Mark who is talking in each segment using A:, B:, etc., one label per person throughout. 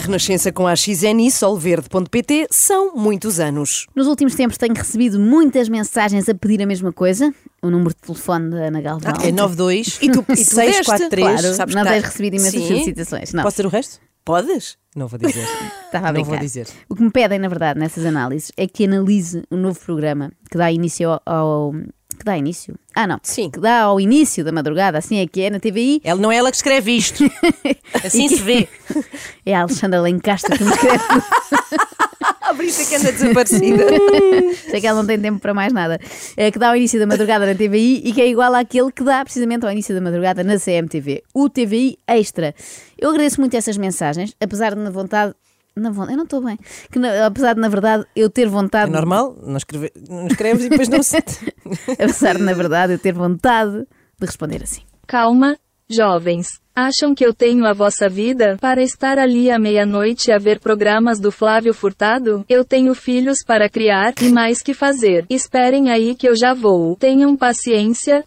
A: Renascença com a XN e solverde.pt são muitos anos.
B: Nos últimos tempos tenho recebido muitas mensagens a pedir a mesma coisa. O número de telefone da Ana Galvão.
C: É 92
A: E tu, e tu deste?
C: 643.
B: Claro,
C: sabes
B: não
C: que
B: tens
C: tá-
B: recebido imensas
C: Sim.
B: solicitações. Não,
C: Posso ter o resto?
A: Podes?
C: Não vou dizer.
B: estava
C: não
B: a brincar.
C: vou dizer.
B: O que me pedem, na verdade, nessas análises é que analise o novo programa que dá início ao. ao- que dá início? Ah, não.
C: Sim.
B: Que dá ao início da madrugada, assim é que é na TVI.
C: Ela, não é ela que escreve isto. Assim se vê.
B: É a Alexandra Lencastre que me escreve.
A: A Brita que anda desaparecida.
B: Sei que ela não tem tempo para mais nada. É, que dá ao início da madrugada na TVI e que é igual àquele que dá precisamente ao início da madrugada na CMTV. O TVI Extra. Eu agradeço muito essas mensagens, apesar de na vontade. Na vontade eu não estou bem. Que na- apesar de, na verdade, eu ter
C: É
B: vontade.
C: normal, não, escreve, não escreves e depois não se.
B: Apesar de, na verdade, eu ter vontade de responder assim.
D: Calma, jovens. Acham que eu tenho a vossa vida para estar ali à meia-noite a ver programas do Flávio Furtado? Eu tenho filhos para criar e mais que fazer. Esperem aí que eu já vou. Tenham paciência.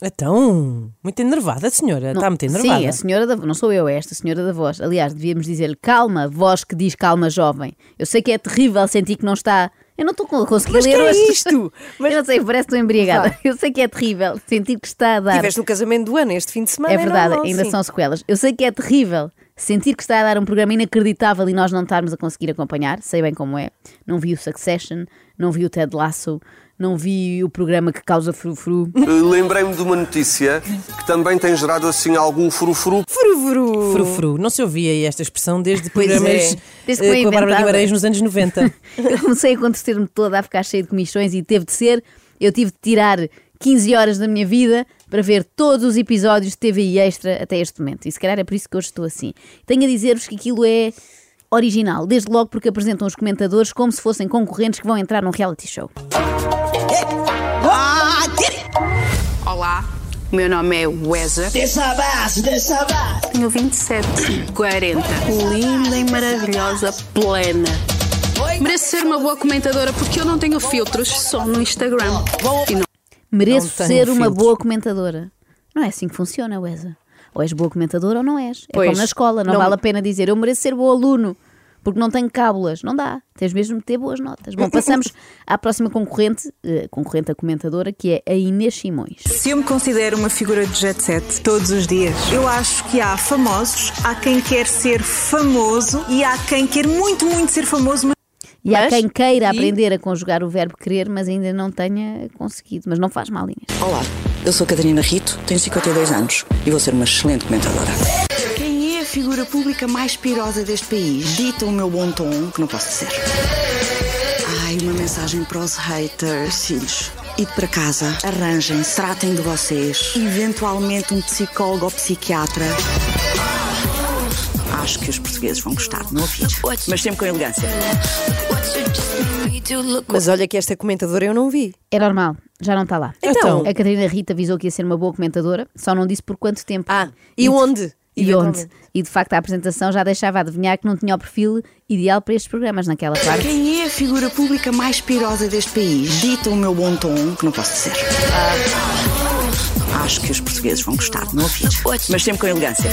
C: Então, muito enervada a senhora.
A: Tá
C: Está muito enervada.
B: Sim, a senhora da não sou eu, é esta senhora da voz. Aliás, devíamos dizer-lhe calma, voz que diz calma, jovem. Eu sei que é terrível sentir que não está. Eu não estou a conseguir
A: Mas que
B: ler
A: é
B: hoje.
A: isto?
B: Eu não sei, parece que estou embriagada. Eu sei que é terrível sentir que está a dar.
A: Tiveste
C: um
A: no casamento do ano este fim de semana.
B: É verdade,
A: normal,
B: ainda
A: sim.
B: são sequelas. Eu sei que é terrível sentir que está a dar um programa inacreditável e nós não estarmos a conseguir acompanhar, sei bem como é. Não vi o Succession, não vi o Ted Lasso, não vi o programa que causa frufru.
E: Eh, Lembrei-me de uma notícia que também tem gerado assim algum frufru.
A: Frufru.
C: Frufru. Não se ouvia esta expressão desde programas
A: é.
B: Desde que foi
C: eh, com a Bárbara
B: inventada.
C: Guimarães nos anos 90.
B: Eu comecei a contorcer-me toda, a ficar cheia de comichões e teve de ser. Eu tive de tirar 15 horas da minha vida para ver todos os episódios de TVI Extra até este momento. E se calhar é por isso que hoje estou assim. Tenho a dizer-vos que aquilo é original, desde logo porque apresentam os comentadores como se fossem concorrentes que vão entrar num reality show.
A: Ah,
F: Olá, o meu nome é Weser. Deixa abaixo, deixa abaixo. Tenho 27, 40. Linda e maravilhosa, plena.
G: é
F: Mereço ser uma boa comentadora porque eu não tenho filtros, só no Instagram. E não
B: Mereço
C: Não tenho
B: ser uma
C: filtros.
B: boa comentadora. Não é assim que funciona, Wesa. Ou és boa comentadora ou não és. É
A: Pois,
B: como na escola, não,
A: não-
B: vale a pena dizer eu mereço ser bom aluno, porque não tenho cábulas. Não dá. Tens mesmo de ter boas notas. Bom, passamos à próxima concorrente, eh, concorrente a comentadora, que é a Inês Simões.
H: Se eu me considero uma figura de jet set todos os dias, eu acho que há famosos, há quem quer ser famoso e há quem quer muito, muito ser famoso, mas
B: E há quem queira aprender a conjugar o verbo querer, mas ainda não tenha conseguido. Mas não faz mal, Inês.
I: Olá, eu sou Catarina Rito, tenho 52 anos e vou ser uma excelente comentadora.
J: Quem é a figura pública mais pirosa deste país?
I: Dita o meu bom tom, que não posso dizer.
J: Ai, uma mensagem para os haters, filhos. Ide para casa, arranjem-se, tratem de vocês. Eventualmente um psicólogo ou psiquiatra. Acho que os portugueses vão gostar de me ouvir.
I: Mas sempre com elegância.
A: Mas olha que esta comentadora eu não vi.
B: É normal, já não está lá.
A: Então.
B: A Catarina Rita avisou que ia ser uma boa comentadora, só não disse por quanto tempo.
A: Ah, e onde?
B: E onde? E de facto a apresentação já deixava adivinhar que não tinha o perfil ideal para estes programas naquela parte.
J: Quem é a figura pública mais pirosa deste país? Dita o meu bom tom, que não posso dizer. Acho que os portugueses vão gostar de me ouvir.
I: Mas sempre com elegância.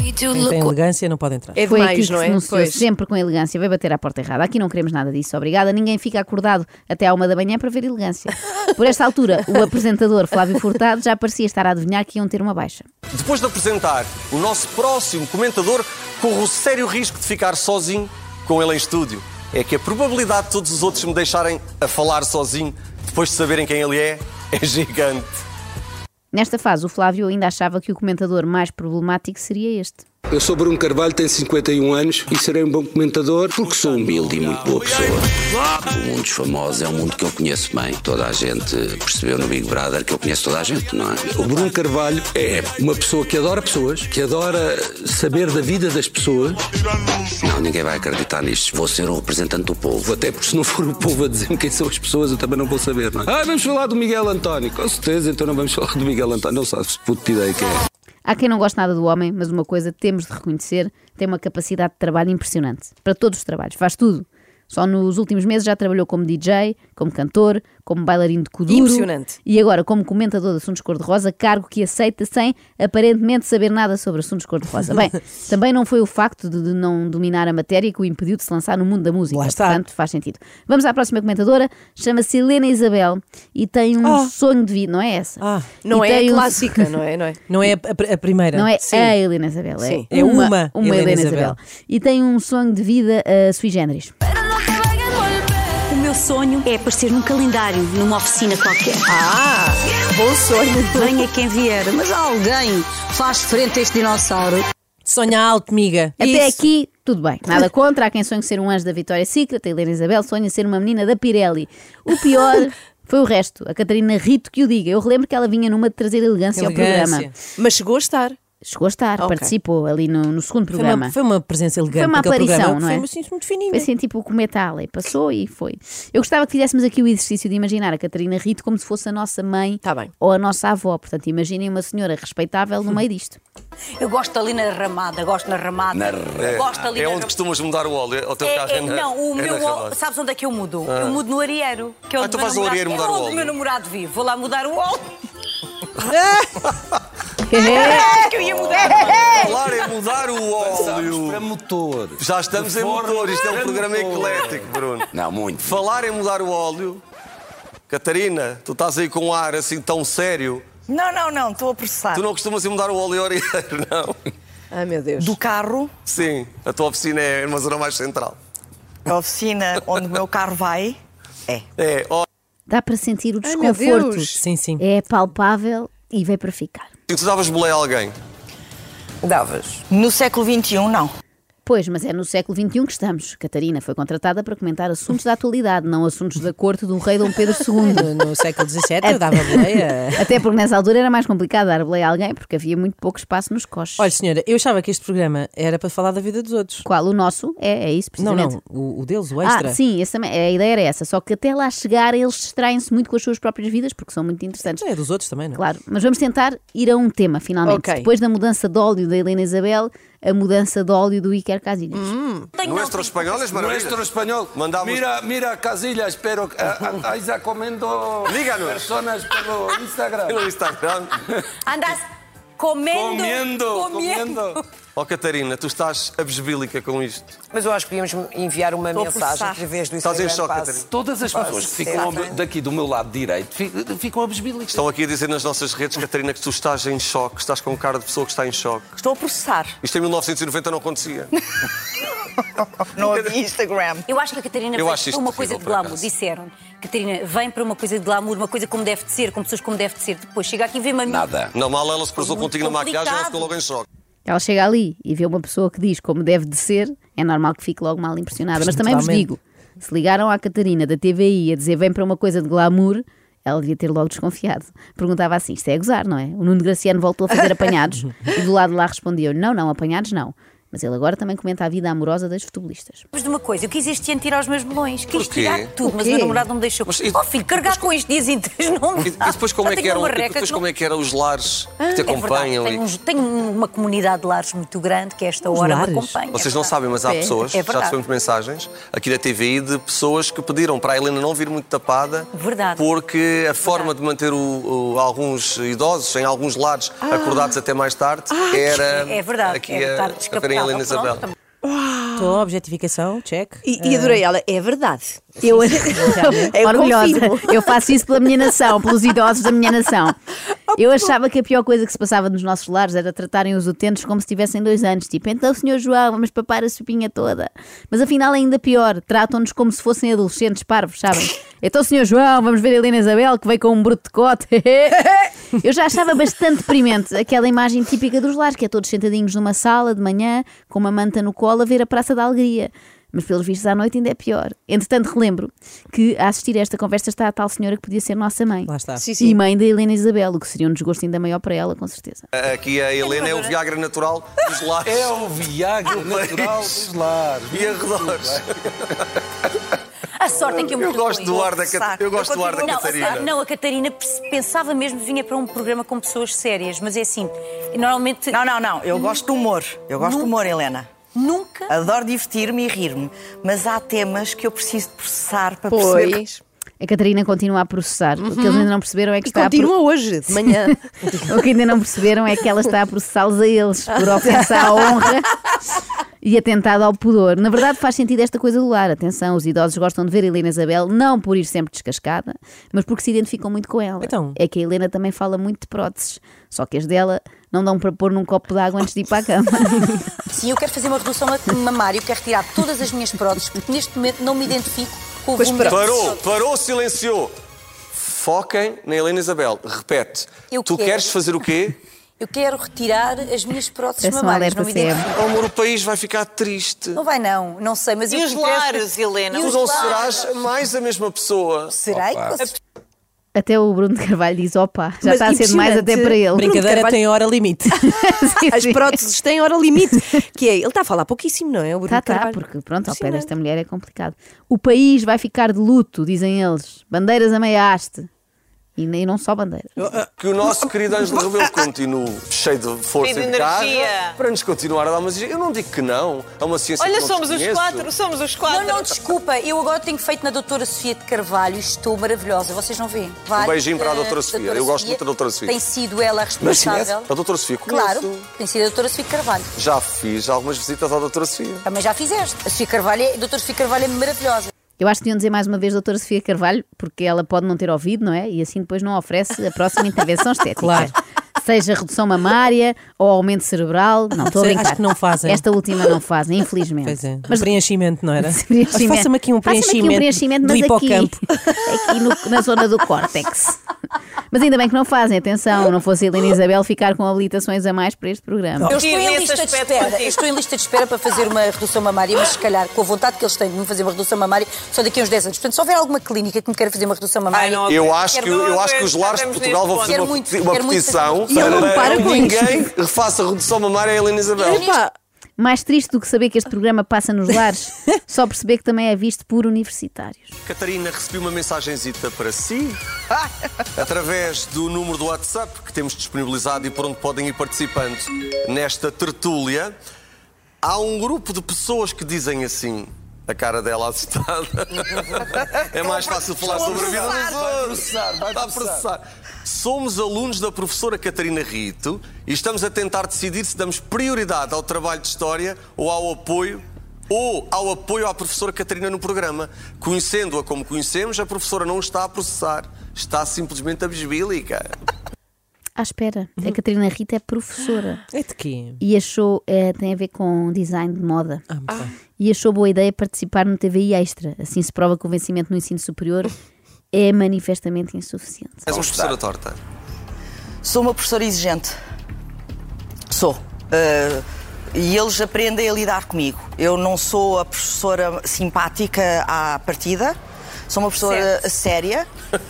C: Quem tem elegância não pode entrar.
A: É
B: Foi aqui
A: demais,
B: que
A: não
B: se
A: é?
B: denunciou
A: Pois.
B: sempre com elegância, veio bater à porta errada. Aqui não queremos nada disso, obrigada. Ninguém fica acordado até à uma da manhã para ver elegância. Por esta altura, o apresentador Flávio Furtado já parecia estar a adivinhar que iam ter uma baixa.
E: Depois de apresentar o nosso próximo comentador, corro o sério risco de ficar sozinho com ele em estúdio. É que a probabilidade de todos os outros me deixarem a falar sozinho depois de saberem quem ele é é gigante.
B: Nesta fase, o Flávio ainda achava que o comentador mais problemático seria este.
K: Eu sou Bruno Carvalho, tenho 51 anos e serei um bom comentador porque sou humilde e muito boa pessoa.
L: O mundo dos famosos é um mundo que eu conheço bem. Toda a gente percebeu no Big Brother que eu conheço toda a gente, não é?
K: O Bruno Carvalho é uma pessoa que adora pessoas, que adora saber da vida das pessoas,
L: Não, ninguém vai acreditar nisto. Vou ser o representante do povo.
K: até porque se não for o povo a dizer-me quem são as pessoas, eu também não vou saber. Não é? Ah, vamos falar do Miguel António. Com certeza, então não vamos falar do Miguel António. Não sabes, puto de ideia quem é.
B: Há quem não goste nada do homem, mas uma coisa temos de reconhecer: tem uma capacidade de trabalho impressionante. Para todos os trabalhos, faz tudo. Só nos últimos meses já trabalhou como DJ, como cantor, como bailarino de kuduro.
A: Impressionante.
B: E agora como comentador de assuntos cor-de-rosa, cargo que aceita sem aparentemente saber nada sobre assuntos cor-de-rosa. Bem, também não foi o facto de, de não dominar a matéria que o impediu de se lançar no mundo da música. Lá está. Portanto, faz sentido. Vamos à próxima comentadora. Chama-se Helena Isabel e tem um
C: Ah.
B: sonho de vida, não é essa?
C: Ah,
A: Não
B: E
A: é
B: tem
A: a
B: um-
A: clássica, não é? Não é?
C: Não é a, a- a primeira.
B: Não é
C: Sim.
B: a Helena Isabel, é,
C: Sim, é uma
B: uma Helena,
C: Helena
B: Isabel.
C: Isabel.
B: E tem um sonho de vida uh, sui generis.
G: O meu sonho é aparecer num calendário, numa oficina qualquer.
A: Ah, bom sonho.
G: Venha quem vier, mas alguém faz frente a este dinossauro.
C: Sonha alto, miga.
B: Até
C: Isso.
B: aqui, tudo bem. Nada contra. Há quem sonhe ser um anjo da Vitória Secret. A Helena Isabel sonha ser uma menina da Pirelli. O pior foi o resto. A Catarina Rito que o diga. Eu relembro que ela vinha numa de trazer elegância, ao programa.
A: Mas chegou a estar.
B: Chegou a estar,
A: Ok.
B: participou ali no, no segundo
C: Foi uma,
B: programa.
C: foi uma presença elegante.
B: Foi uma
C: naquele
B: aparição,
C: programa.
B: não é?
C: Foi assim, muito fininho.
B: Foi assim, tipo o cometa Halley. Passou e foi. Eu gostava que fizéssemos aqui o exercício de imaginar a Catarina Rito como se fosse a nossa mãe
C: Tá
B: ou a nossa avó. Portanto, imaginem uma senhora respeitável no meio disto.
G: Eu gosto ali na ramada, gosto na ramada.
L: Na ramada.
G: Gosto ali
E: É
G: na
E: onde
G: ramada.
E: costumas mudar o óleo, ao teu
G: É,
E: carro.
G: é, não, o
E: é
G: meu.
E: na
G: óleo.
E: Ramada.
G: Sabes onde é que eu mudo?
E: Ah.
G: Eu mudo no Arieiro. Que é
E: Ah,
G: onde
E: tu
G: o meu
E: vais ao
G: namorado-
E: Arieiro mudar
G: é
E: o
G: onde
E: óleo.
G: meu namorado vive. Vou lá mudar o óleo.
B: É.
G: que eu ia mudar.
E: Falar é mudar o óleo. Para É motor. Já estamos em motor, isto é um programa eclético, Bruno.
L: Não, muito.
E: Falar é mudar o óleo. Catarina, tu estás aí com um ar assim tão sério.
M: Não, não, não, estou a processar.
E: Tu não costumas ir mudar o óleo orieiro, não?
A: Ah, meu Deus.
M: Do carro,
E: Sim, a tua oficina é numa zona mais central.
M: a oficina onde o meu carro vai.
E: É. É, ó.
B: Dá para sentir o
E: Ai, meu
B: desconforto.
E: Deus.
C: Sim, sim.
B: É palpável e veio para ficar.
E: E tu davas boleia a alguém?
M: Davas. No século XXI, não.
B: Pois, mas é no século XXI que estamos. Catarina foi contratada para comentar assuntos da atualidade, não assuntos da corte do rei Dom Pedro II.
C: No século XVII
B: É.
C: eu dava boleia.
B: Até porque nessa altura era mais complicado dar boleia a alguém, porque havia muito pouco espaço nos coches.
C: Olha, senhora, eu achava que este programa era para falar da vida dos outros.
B: Qual? O nosso? É, é isso,
C: Não,
B: precisamente.
C: não. O, o deles, o extra.
B: Ah, sim, esse também- a ideia era essa. Só que até lá chegar eles distraem-se muito com as suas próprias vidas, porque são muito interessantes.
C: É dos outros também, não é?
B: Claro, mas vamos tentar ir a um tema, finalmente.
C: Ok.
B: Depois da mudança de óleo da Helena Isabel, a mudança de óleo do Iker Casillas.
E: Nuestro espanhol es maravilloso.
K: Nuestro español.
E: Mandamos-
K: Mira, mira, Casillas, pero ah, ah, ahí está comiendo
E: Díganos.
K: personas por Instagram.
E: Pelo Instagram.
G: Andas comendo.
K: Comiendo, comiendo.
E: Ó Catarina, tu estás abesbílica com isto.
N: Mas eu acho que podíamos enviar uma
E: Estou a
N: mensagem
E: forçar.
N: através do
E: Estás em
N: Instagram.
E: choque,
N: para a-
E: Catarina.
K: Todas as
N: para a
K: pessoas que ficam
N: sociedade.
K: ab- daqui do meu lado direito fi- ficam abesbílicas.
E: Estão aqui a dizer nas nossas redes, Catarina, que tu estás em choque, estás com cara de pessoa que está em choque.
M: Estou a processar.
E: Isto em 1990 não acontecia.
M: Não havia Instagram.
G: Eu acho que a Catarina
E: Eu
G: veio
E: acho
G: para
E: isto terrível,
G: uma coisa de
E: por
G: glamour.
E: acaso.
G: Disseram. Catarina, vem para uma coisa de glamour, uma coisa como deve de ser, com pessoas como deve de ser. Depois chega aqui e vê-me a mim.
E: Nada. Não, mal ela se cruzou contigo na maquiagem, ela ficou logo em choque.
B: Ela chega ali e vê uma pessoa que diz como deve de ser, é normal que fique logo mal impressionada. Mas também vos
C: Totalmente.
B: digo, se ligaram à Catarina da TVI a dizer vem para uma coisa de glamour, ela devia ter logo desconfiado. Perguntava assim, isto é gozar, não é? O Nuno Graciano voltou a fazer apanhados e do lado de lá respondeu-lhe, não, não, apanhados não. Mas ele agora também comenta a vida amorosa das futebolistas.
G: Mas de uma coisa, eu quis este ano tirar os meus melões, quis
E: Porquê?
G: tirar tudo, mas
B: Porquê?
G: o meu namorado não me deixou. oh filho, carregar com isto dias inteiros não
E: E,
G: dá.
E: e depois como
G: Já
E: é que
G: tenho
E: eram,
G: uma
E: e
G: reca
E: depois
G: que
E: como é que eram os lares que te
G: É verdade,
E: acompanham?
G: tenho,
E: e-
G: uns- tenho uma comunidade de lares muito grande que a esta hora me acompanha.
E: Vocês não sabem, mas há
G: É,
E: pessoas,
G: é
E: já
G: verdade.
E: recebemos mensagens aqui da TVI de pessoas que pediram para a Helena não vir muito tapada.
G: Verdade.
E: Porque a forma de manter o- o- alguns idosos em alguns lares
G: Ah.
E: acordados até mais tarde era
G: é verdade,
E: aqui
G: era
E: a,
G: estar
E: a verem a Helena Isabel.
C: Estou a objetificação, check.
O: E, e adorei ela, é verdade.
B: Eu,
O: Realmente.
G: É
O: Eu
B: orgulhosa.
O: confirmo.
B: Eu faço isso pela minha nação, pelos idosos da minha nação. Eu achava que a pior coisa que se passava nos nossos lares era tratarem os utentes como se tivessem dois anos. Tipo, então, senhor João, vamos papar a sopinha toda. Mas afinal, é ainda pior, tratam-nos como se fossem adolescentes parvos, sabem? Então, senhor João, vamos ver a Helena Isabel que veio com um bruto de cote. Eu já achava bastante deprimente aquela imagem típica dos lares, que é todos sentadinhos numa sala de manhã, com uma manta no colo, a ver a Praça da Alegria. Mas pelos vistos à noite ainda é pior. Entretanto, relembro que a assistir a esta conversa está a tal senhora que podia ser nossa mãe. Lá
C: está.
O: Sim, sim.
B: E mãe da Helena Isabel, o que seria um desgosto ainda maior para ela, com certeza.
E: Aqui a Helena é o Viagra natural dos lares.
K: É o Viagra natural dos lares.
E: E arredores.
G: A sorte é que eu me
E: Eu gosto
G: recolhi.
E: do ar da Cat- eu gosto do ar da
G: Não, a-
E: Catarina.
G: Não, a Catarina pens- pensava mesmo que vinha para um programa com pessoas sérias, mas é assim, normalmente. Não,
M: não, não, eu gosto de humor. Eu gosto de humor, Helena. Nunca. Adoro divertir-me e rir-me, mas há temas que eu preciso de processar para
B: Pois.
M: perceber.
B: A Catarina continua a processar. O que eles ainda não perceberam é que
M: E
B: está
M: continua
B: a... pro-
M: hoje, de
B: Sim.
M: manhã.
B: o que ainda não perceberam é que ela está a processá-los a eles por ofensa à honra e atentado ao pudor. Na verdade, faz sentido esta coisa do lar. Atenção, os idosos gostam de ver a Helena Isabel não por ir sempre descascada, mas porque se identificam muito com ela.
G: Então.
B: É que a Helena também fala muito de próteses, só que as dela não dão para pôr num copo de água antes de ir para a cama.
G: Sim, eu quero fazer uma redução mamária, eu quero retirar todas as minhas próteses, porque neste momento não me identifico com o volume de
E: Parou,
G: próteses.
E: parou, silenciou. Foquem na Helena Isabel. Repete.
G: Eu
E: tu
G: quero.
E: queres fazer o quê?
G: Eu quero retirar as minhas próteses
E: Parece um
G: mamárias,
E: alerta
G: não me
E: CM.
G: identifico.
E: Oh, amor, o país vai ficar triste.
G: Não vai não, não sei, mas
E: E
G: eu
E: os
G: interessa-
E: lares,
G: E
E: tu
G: os
E: não
G: lares?
E: serás mais a mesma pessoa.
G: Serei que você-
B: Até o Bruno de Carvalho diz: opa, já
G: Mas
B: está a ser demais
G: impressionante.
B: até para ele.
G: Brincadeira
B: tem hora limite.
O: As próteses têm hora limite. Que é, ele está a falar pouquíssimo, não é? O Bruno
B: Tá, tá,
O: Carvalho.
B: porque pronto, ao pé desta mulher é complicado. O país vai ficar de luto, dizem eles. Bandeiras a meia haste. E nem não só bandeiras.
E: Que o nosso querido Ângelo Rebelo continue cheio de
B: Cheio
E: força
B: de
E: e de
B: energia.
E: carga para nos continuar a dar umas... Eu não digo que não. É uma ciência que não desconheço.
G: somos os quatro. Não, não, desculpa, eu agora tenho feito na doutora Sofia de Carvalho e estou maravilhosa, vocês não veem.
E: Um
G: Vai,
E: beijinho para a
G: eh,
E: doutora Sofia. Eu gosto muito da doutora Sofia.
G: Tem sido ela a
E: Mas é conhece?
G: responsável.
E: A doutora Sofia conhece.
G: Claro, tem sido a doutora Sofia de Carvalho.
E: Já fiz algumas visitas à doutora Sofia.
G: Também já fizeste. A Sofia Carvalho, é- a doutora Sofia Carvalho é maravilhosa.
B: Eu acho que deviam dizer mais uma vez doutora Sofia Carvalho, porque ela pode não ter ouvido, não é? E assim depois não oferece a próxima intervenção estética.
C: Claro.
B: Seja redução mamária ou aumento cerebral. Não, estou a
C: Sei,
B: brincar.
C: Ah, acho que não fazem.
B: Esta última não fazem, infelizmente.
C: Pois é.
B: Mas-
C: Mas preenchimento, não era?
B: Preenchimento.
C: Mas Faça-me aqui um
B: Faça-me aqui
C: preenchimento,
B: um preenchimento,
C: do
B: mas aqui.
C: hipocampo.
B: aqui no- na zona do córtex. Mas ainda bem que não fazem, atenção, não fosse a Helena Isabel ficar com habilitações a mais para este programa.
G: Eu estou em lista de espera. Eu estou em lista de espera para fazer uma redução mamária, mas se calhar com a vontade que eles têm de me fazer uma redução mamária só daqui a uns 10 anos. Portanto, se houver alguma clínica que me queira fazer uma redução mamária,
E: Eu acho, que, eu acho que os lares de Portugal vão fazer
G: Quero
E: uma,
G: muito,
E: peti- uma
G: quero muito
E: petição
G: fazer- E eu não
E: para
G: paro
E: que
G: com
E: ninguém faça redução mamária a Helena
G: é
E: Isabel.
B: Mais triste do que saber que este programa passa nos lares, só perceber que também é visto por universitários.
E: Catarina, recebi uma mensagenzita para si através do número do WhatsApp que temos disponibilizado e por onde podem ir participando nesta tertúlia. Há um grupo de pessoas que dizem assim, a cara dela assustada. É mais fácil falar
P: Estão a
E: sobre a vida dos
P: processar, vai
E: outros.
P: processar, vai
E: Está a
P: processar.
E: Somos alunos da professora Catarina Rito e estamos a tentar decidir se damos prioridade ao trabalho de História ou ao apoio ou ao apoio à professora Catarina no programa. Conhecendo-a como conhecemos, a professora não está a processar, está simplesmente a besbílica.
B: Ah, espera,
C: Uhum.
B: a Catarina Rita é professora.
C: É de quê? Ah,
B: E achou, eh, tem a ver com design de moda.
N: Ah.
B: E achou boa ideia participar no TVI Extra. Assim se prova que o vencimento no ensino superior é manifestamente insuficiente.
E: És uma professora torta.
M: Sou uma professora exigente. Sou. Uh, e eles aprendem a lidar comigo. Eu não sou a professora simpática à partida. Sou uma professora séria.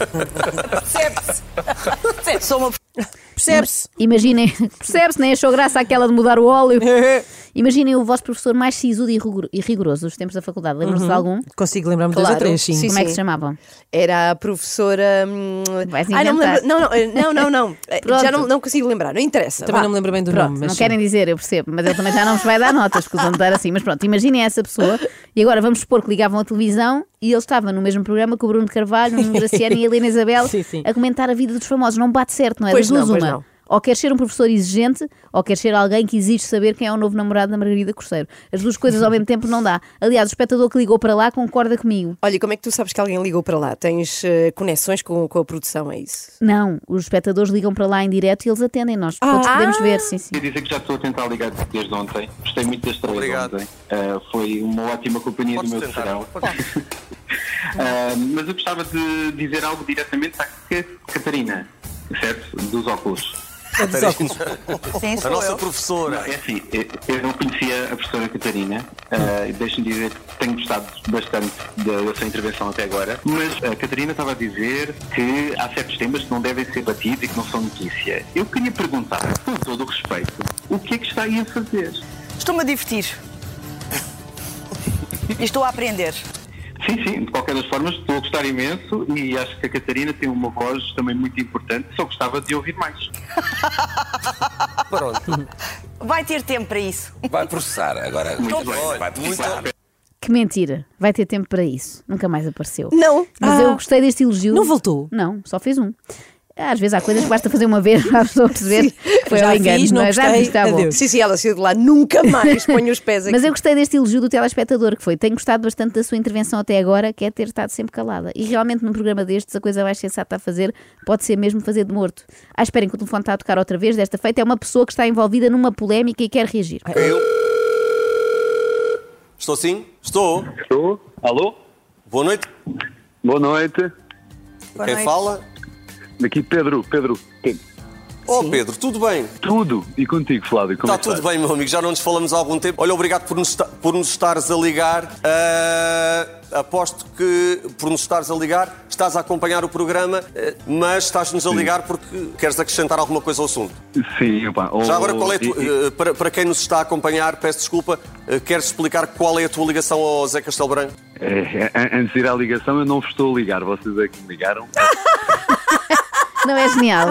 M: Percebe-se. Sou uma
B: Percebe-se. Imaginem, percebe-se, nem achou graça aquela de mudar o óleo. Imaginem o vosso professor mais sisudo e rigor- e rigoroso dos tempos da faculdade. Lembram-se de
O: Uhum.
B: algum?
C: Consigo lembrar-me de dois
O: Claro.
C: ou três, sim.
O: Sim,
B: Como é que
O: sim.
B: se chamavam?
O: Era a professora. hum, Ah, não, me
B: inventar.
O: lembro. não, não, eh, não, não, não. Eh, Já
B: Pronto.
O: não, não consigo lembrar, não interessa.
B: Vá. Pronto, Não querem dizer, eu percebo, mas ele também já não vos vai dar notas, que vão dar assim. Mas pronto, imaginem essa pessoa. E agora vamos supor que ligavam à televisão e ele estava no mesmo programa com o Bruno de Carvalho, o Graciano e a Helena Isabel
O: Sim, sim.
B: a comentar a vida dos famosos. Não bate certo, não é?
O: Pois
B: Das duas
O: não, pois
B: uma.
O: não.
B: Ou quer ser um professor exigente, ou quer ser alguém que exige saber quem é o novo namorado da Margarida Corseiro. As duas coisas ao mesmo tempo não dá. Aliás, o espectador que ligou para lá concorda comigo.
O: Olha, como é que tu sabes que alguém ligou para lá? Tens eh, conexões com, com a produção, é isso?
B: Não, os espectadores ligam para lá em direto e eles atendem. Nós todos
O: Ah.
B: podemos ver, sim, sim.
Q: Queria dizer que já estou a tentar ligar desde ontem. Gostei muito deste treino ontem. Ah, foi uma ótima companhia do meu serão. Ah, mas eu gostava de dizer algo diretamente à Catarina, certo? Dos óculos.
E: Sim, sou A nossa eu. professora.
Q: Não, é assim, eu- eu não conhecia a professora Catarina. ah, e Deixem-me dizer que tenho gostado bastante da, da sua intervenção até agora. Mas a Catarina estava a dizer que há certos temas que não devem ser batidos e que não são notícia. Eu queria perguntar, com todo o respeito, o que é que está aí a fazer?
M: Estou-me a divertir. E estou a aprender.
Q: Sim, sim, de qualquer das formas estou a gostar imenso e acho que a Catarina tem uma voz também muito importante, só gostava de ouvir mais.
E: Pronto.
M: Vai ter tempo para isso.
L: Vai processar agora.
M: Muito bem.
L: Vai processar.
B: Que mentira. Vai ter tempo para isso. Nunca mais apareceu.
O: Não.
B: Mas
O: Ah.
B: eu gostei deste elogio.
O: Não voltou?
B: Não, só fez um. Às vezes há coisas que basta fazer uma vez para a pessoa perceber. que Foi
O: já
B: ao engano,
O: fiz, não
B: é, mas já
O: gostei,
B: fiz, está bom.
O: adeus. Sim, sim, ela saiu de lá, nunca mais ponho os pés aqui.
B: Mas eu gostei deste elogio do telespectador, que foi: tenho gostado bastante da sua intervenção até agora, que é ter estado sempre calada. E realmente, num programa destes, a coisa mais sensata a fazer pode ser mesmo fazer de morto. Ah, esperem que o telefone está a tocar outra vez. Desta feita, é uma pessoa que está envolvida numa polémica e quer reagir.
E: Eu. Estou sim? Estou.
Q: Estou. Alô?
E: Boa noite.
Q: Boa noite.
E: Boa Quem noite. fala?
Q: Daqui Pedro, Pedro.
E: Oh Pedro, tudo bem?
Q: Tudo. E contigo, Flávio, como
E: Está
Q: é que
E: Tá tudo bem, meu amigo, já não nos falamos há algum tempo. Olha, obrigado por nos, esta- por nos estares a ligar. Ah, aposto que por nos estares a ligar, estás a acompanhar o programa, eh, mas estás-nos a ligar porque queres acrescentar alguma coisa ao assunto.
Q: bem? Sim, opa. oh,
E: Já agora, qual é a tua-
Q: e- e-
E: eh, para, para quem nos está a acompanhar, peço desculpa, eh, queres explicar qual é a tua ligação ao Zé Castelo Branco?
Q: é, a- Antes de ir à ligação, eu não vos estou a ligar. Vocês é que me ligaram.
B: Não é genial?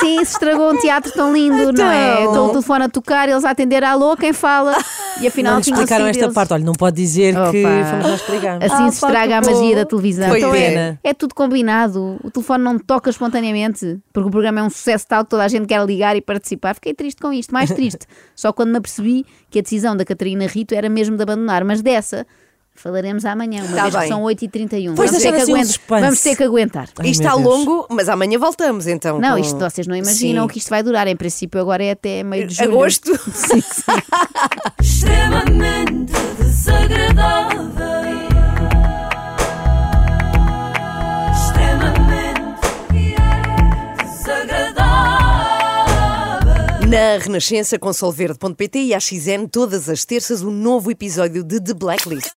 B: Sim, se estragou um teatro tão lindo, não é?
C: Ah. Então.
B: Estão o telefone a tocar, eles a atender, alô, quem fala? E afinal
C: Não nos
B: tinham
C: explicaram
B: sido
C: esta
B: eles.
C: parte. Olha, não pode dizer que
B: Opa.
C: fomos nós que ligámos. Ah,
B: Assim se estraga a magia da televisão.
C: Foi
B: Então
C: pena.
B: É, é tudo combinado. O telefone não toca espontaneamente, porque o programa é um sucesso tal que toda a gente quer ligar e participar. Fiquei triste com isto, mais triste. Só quando me apercebi que a decisão da Catarina Rito era mesmo de abandonar, mas dessa. Falaremos amanhã, uma
O: Tá
B: vez que
O: bem.
B: são 8h31.
O: Pois,
B: Vamos ter,
O: deixar
B: que
O: assim um
B: aguentar.
O: suspense.
B: Vamos ter que aguentar.
O: isto está longo, mas amanhã voltamos então.
B: Não,
O: com-
B: isto vocês não imaginam
O: Sim. Eh,
B: que isto vai durar. Em princípio, agora é até meio de julho.
O: Agosto.
B: Sim, sim.
P: extremamente desagradável, extremamente desagradável.
O: Na Renascença, com solverde.pt e a XN, todas as terças, um novo episódio de The Blacklist.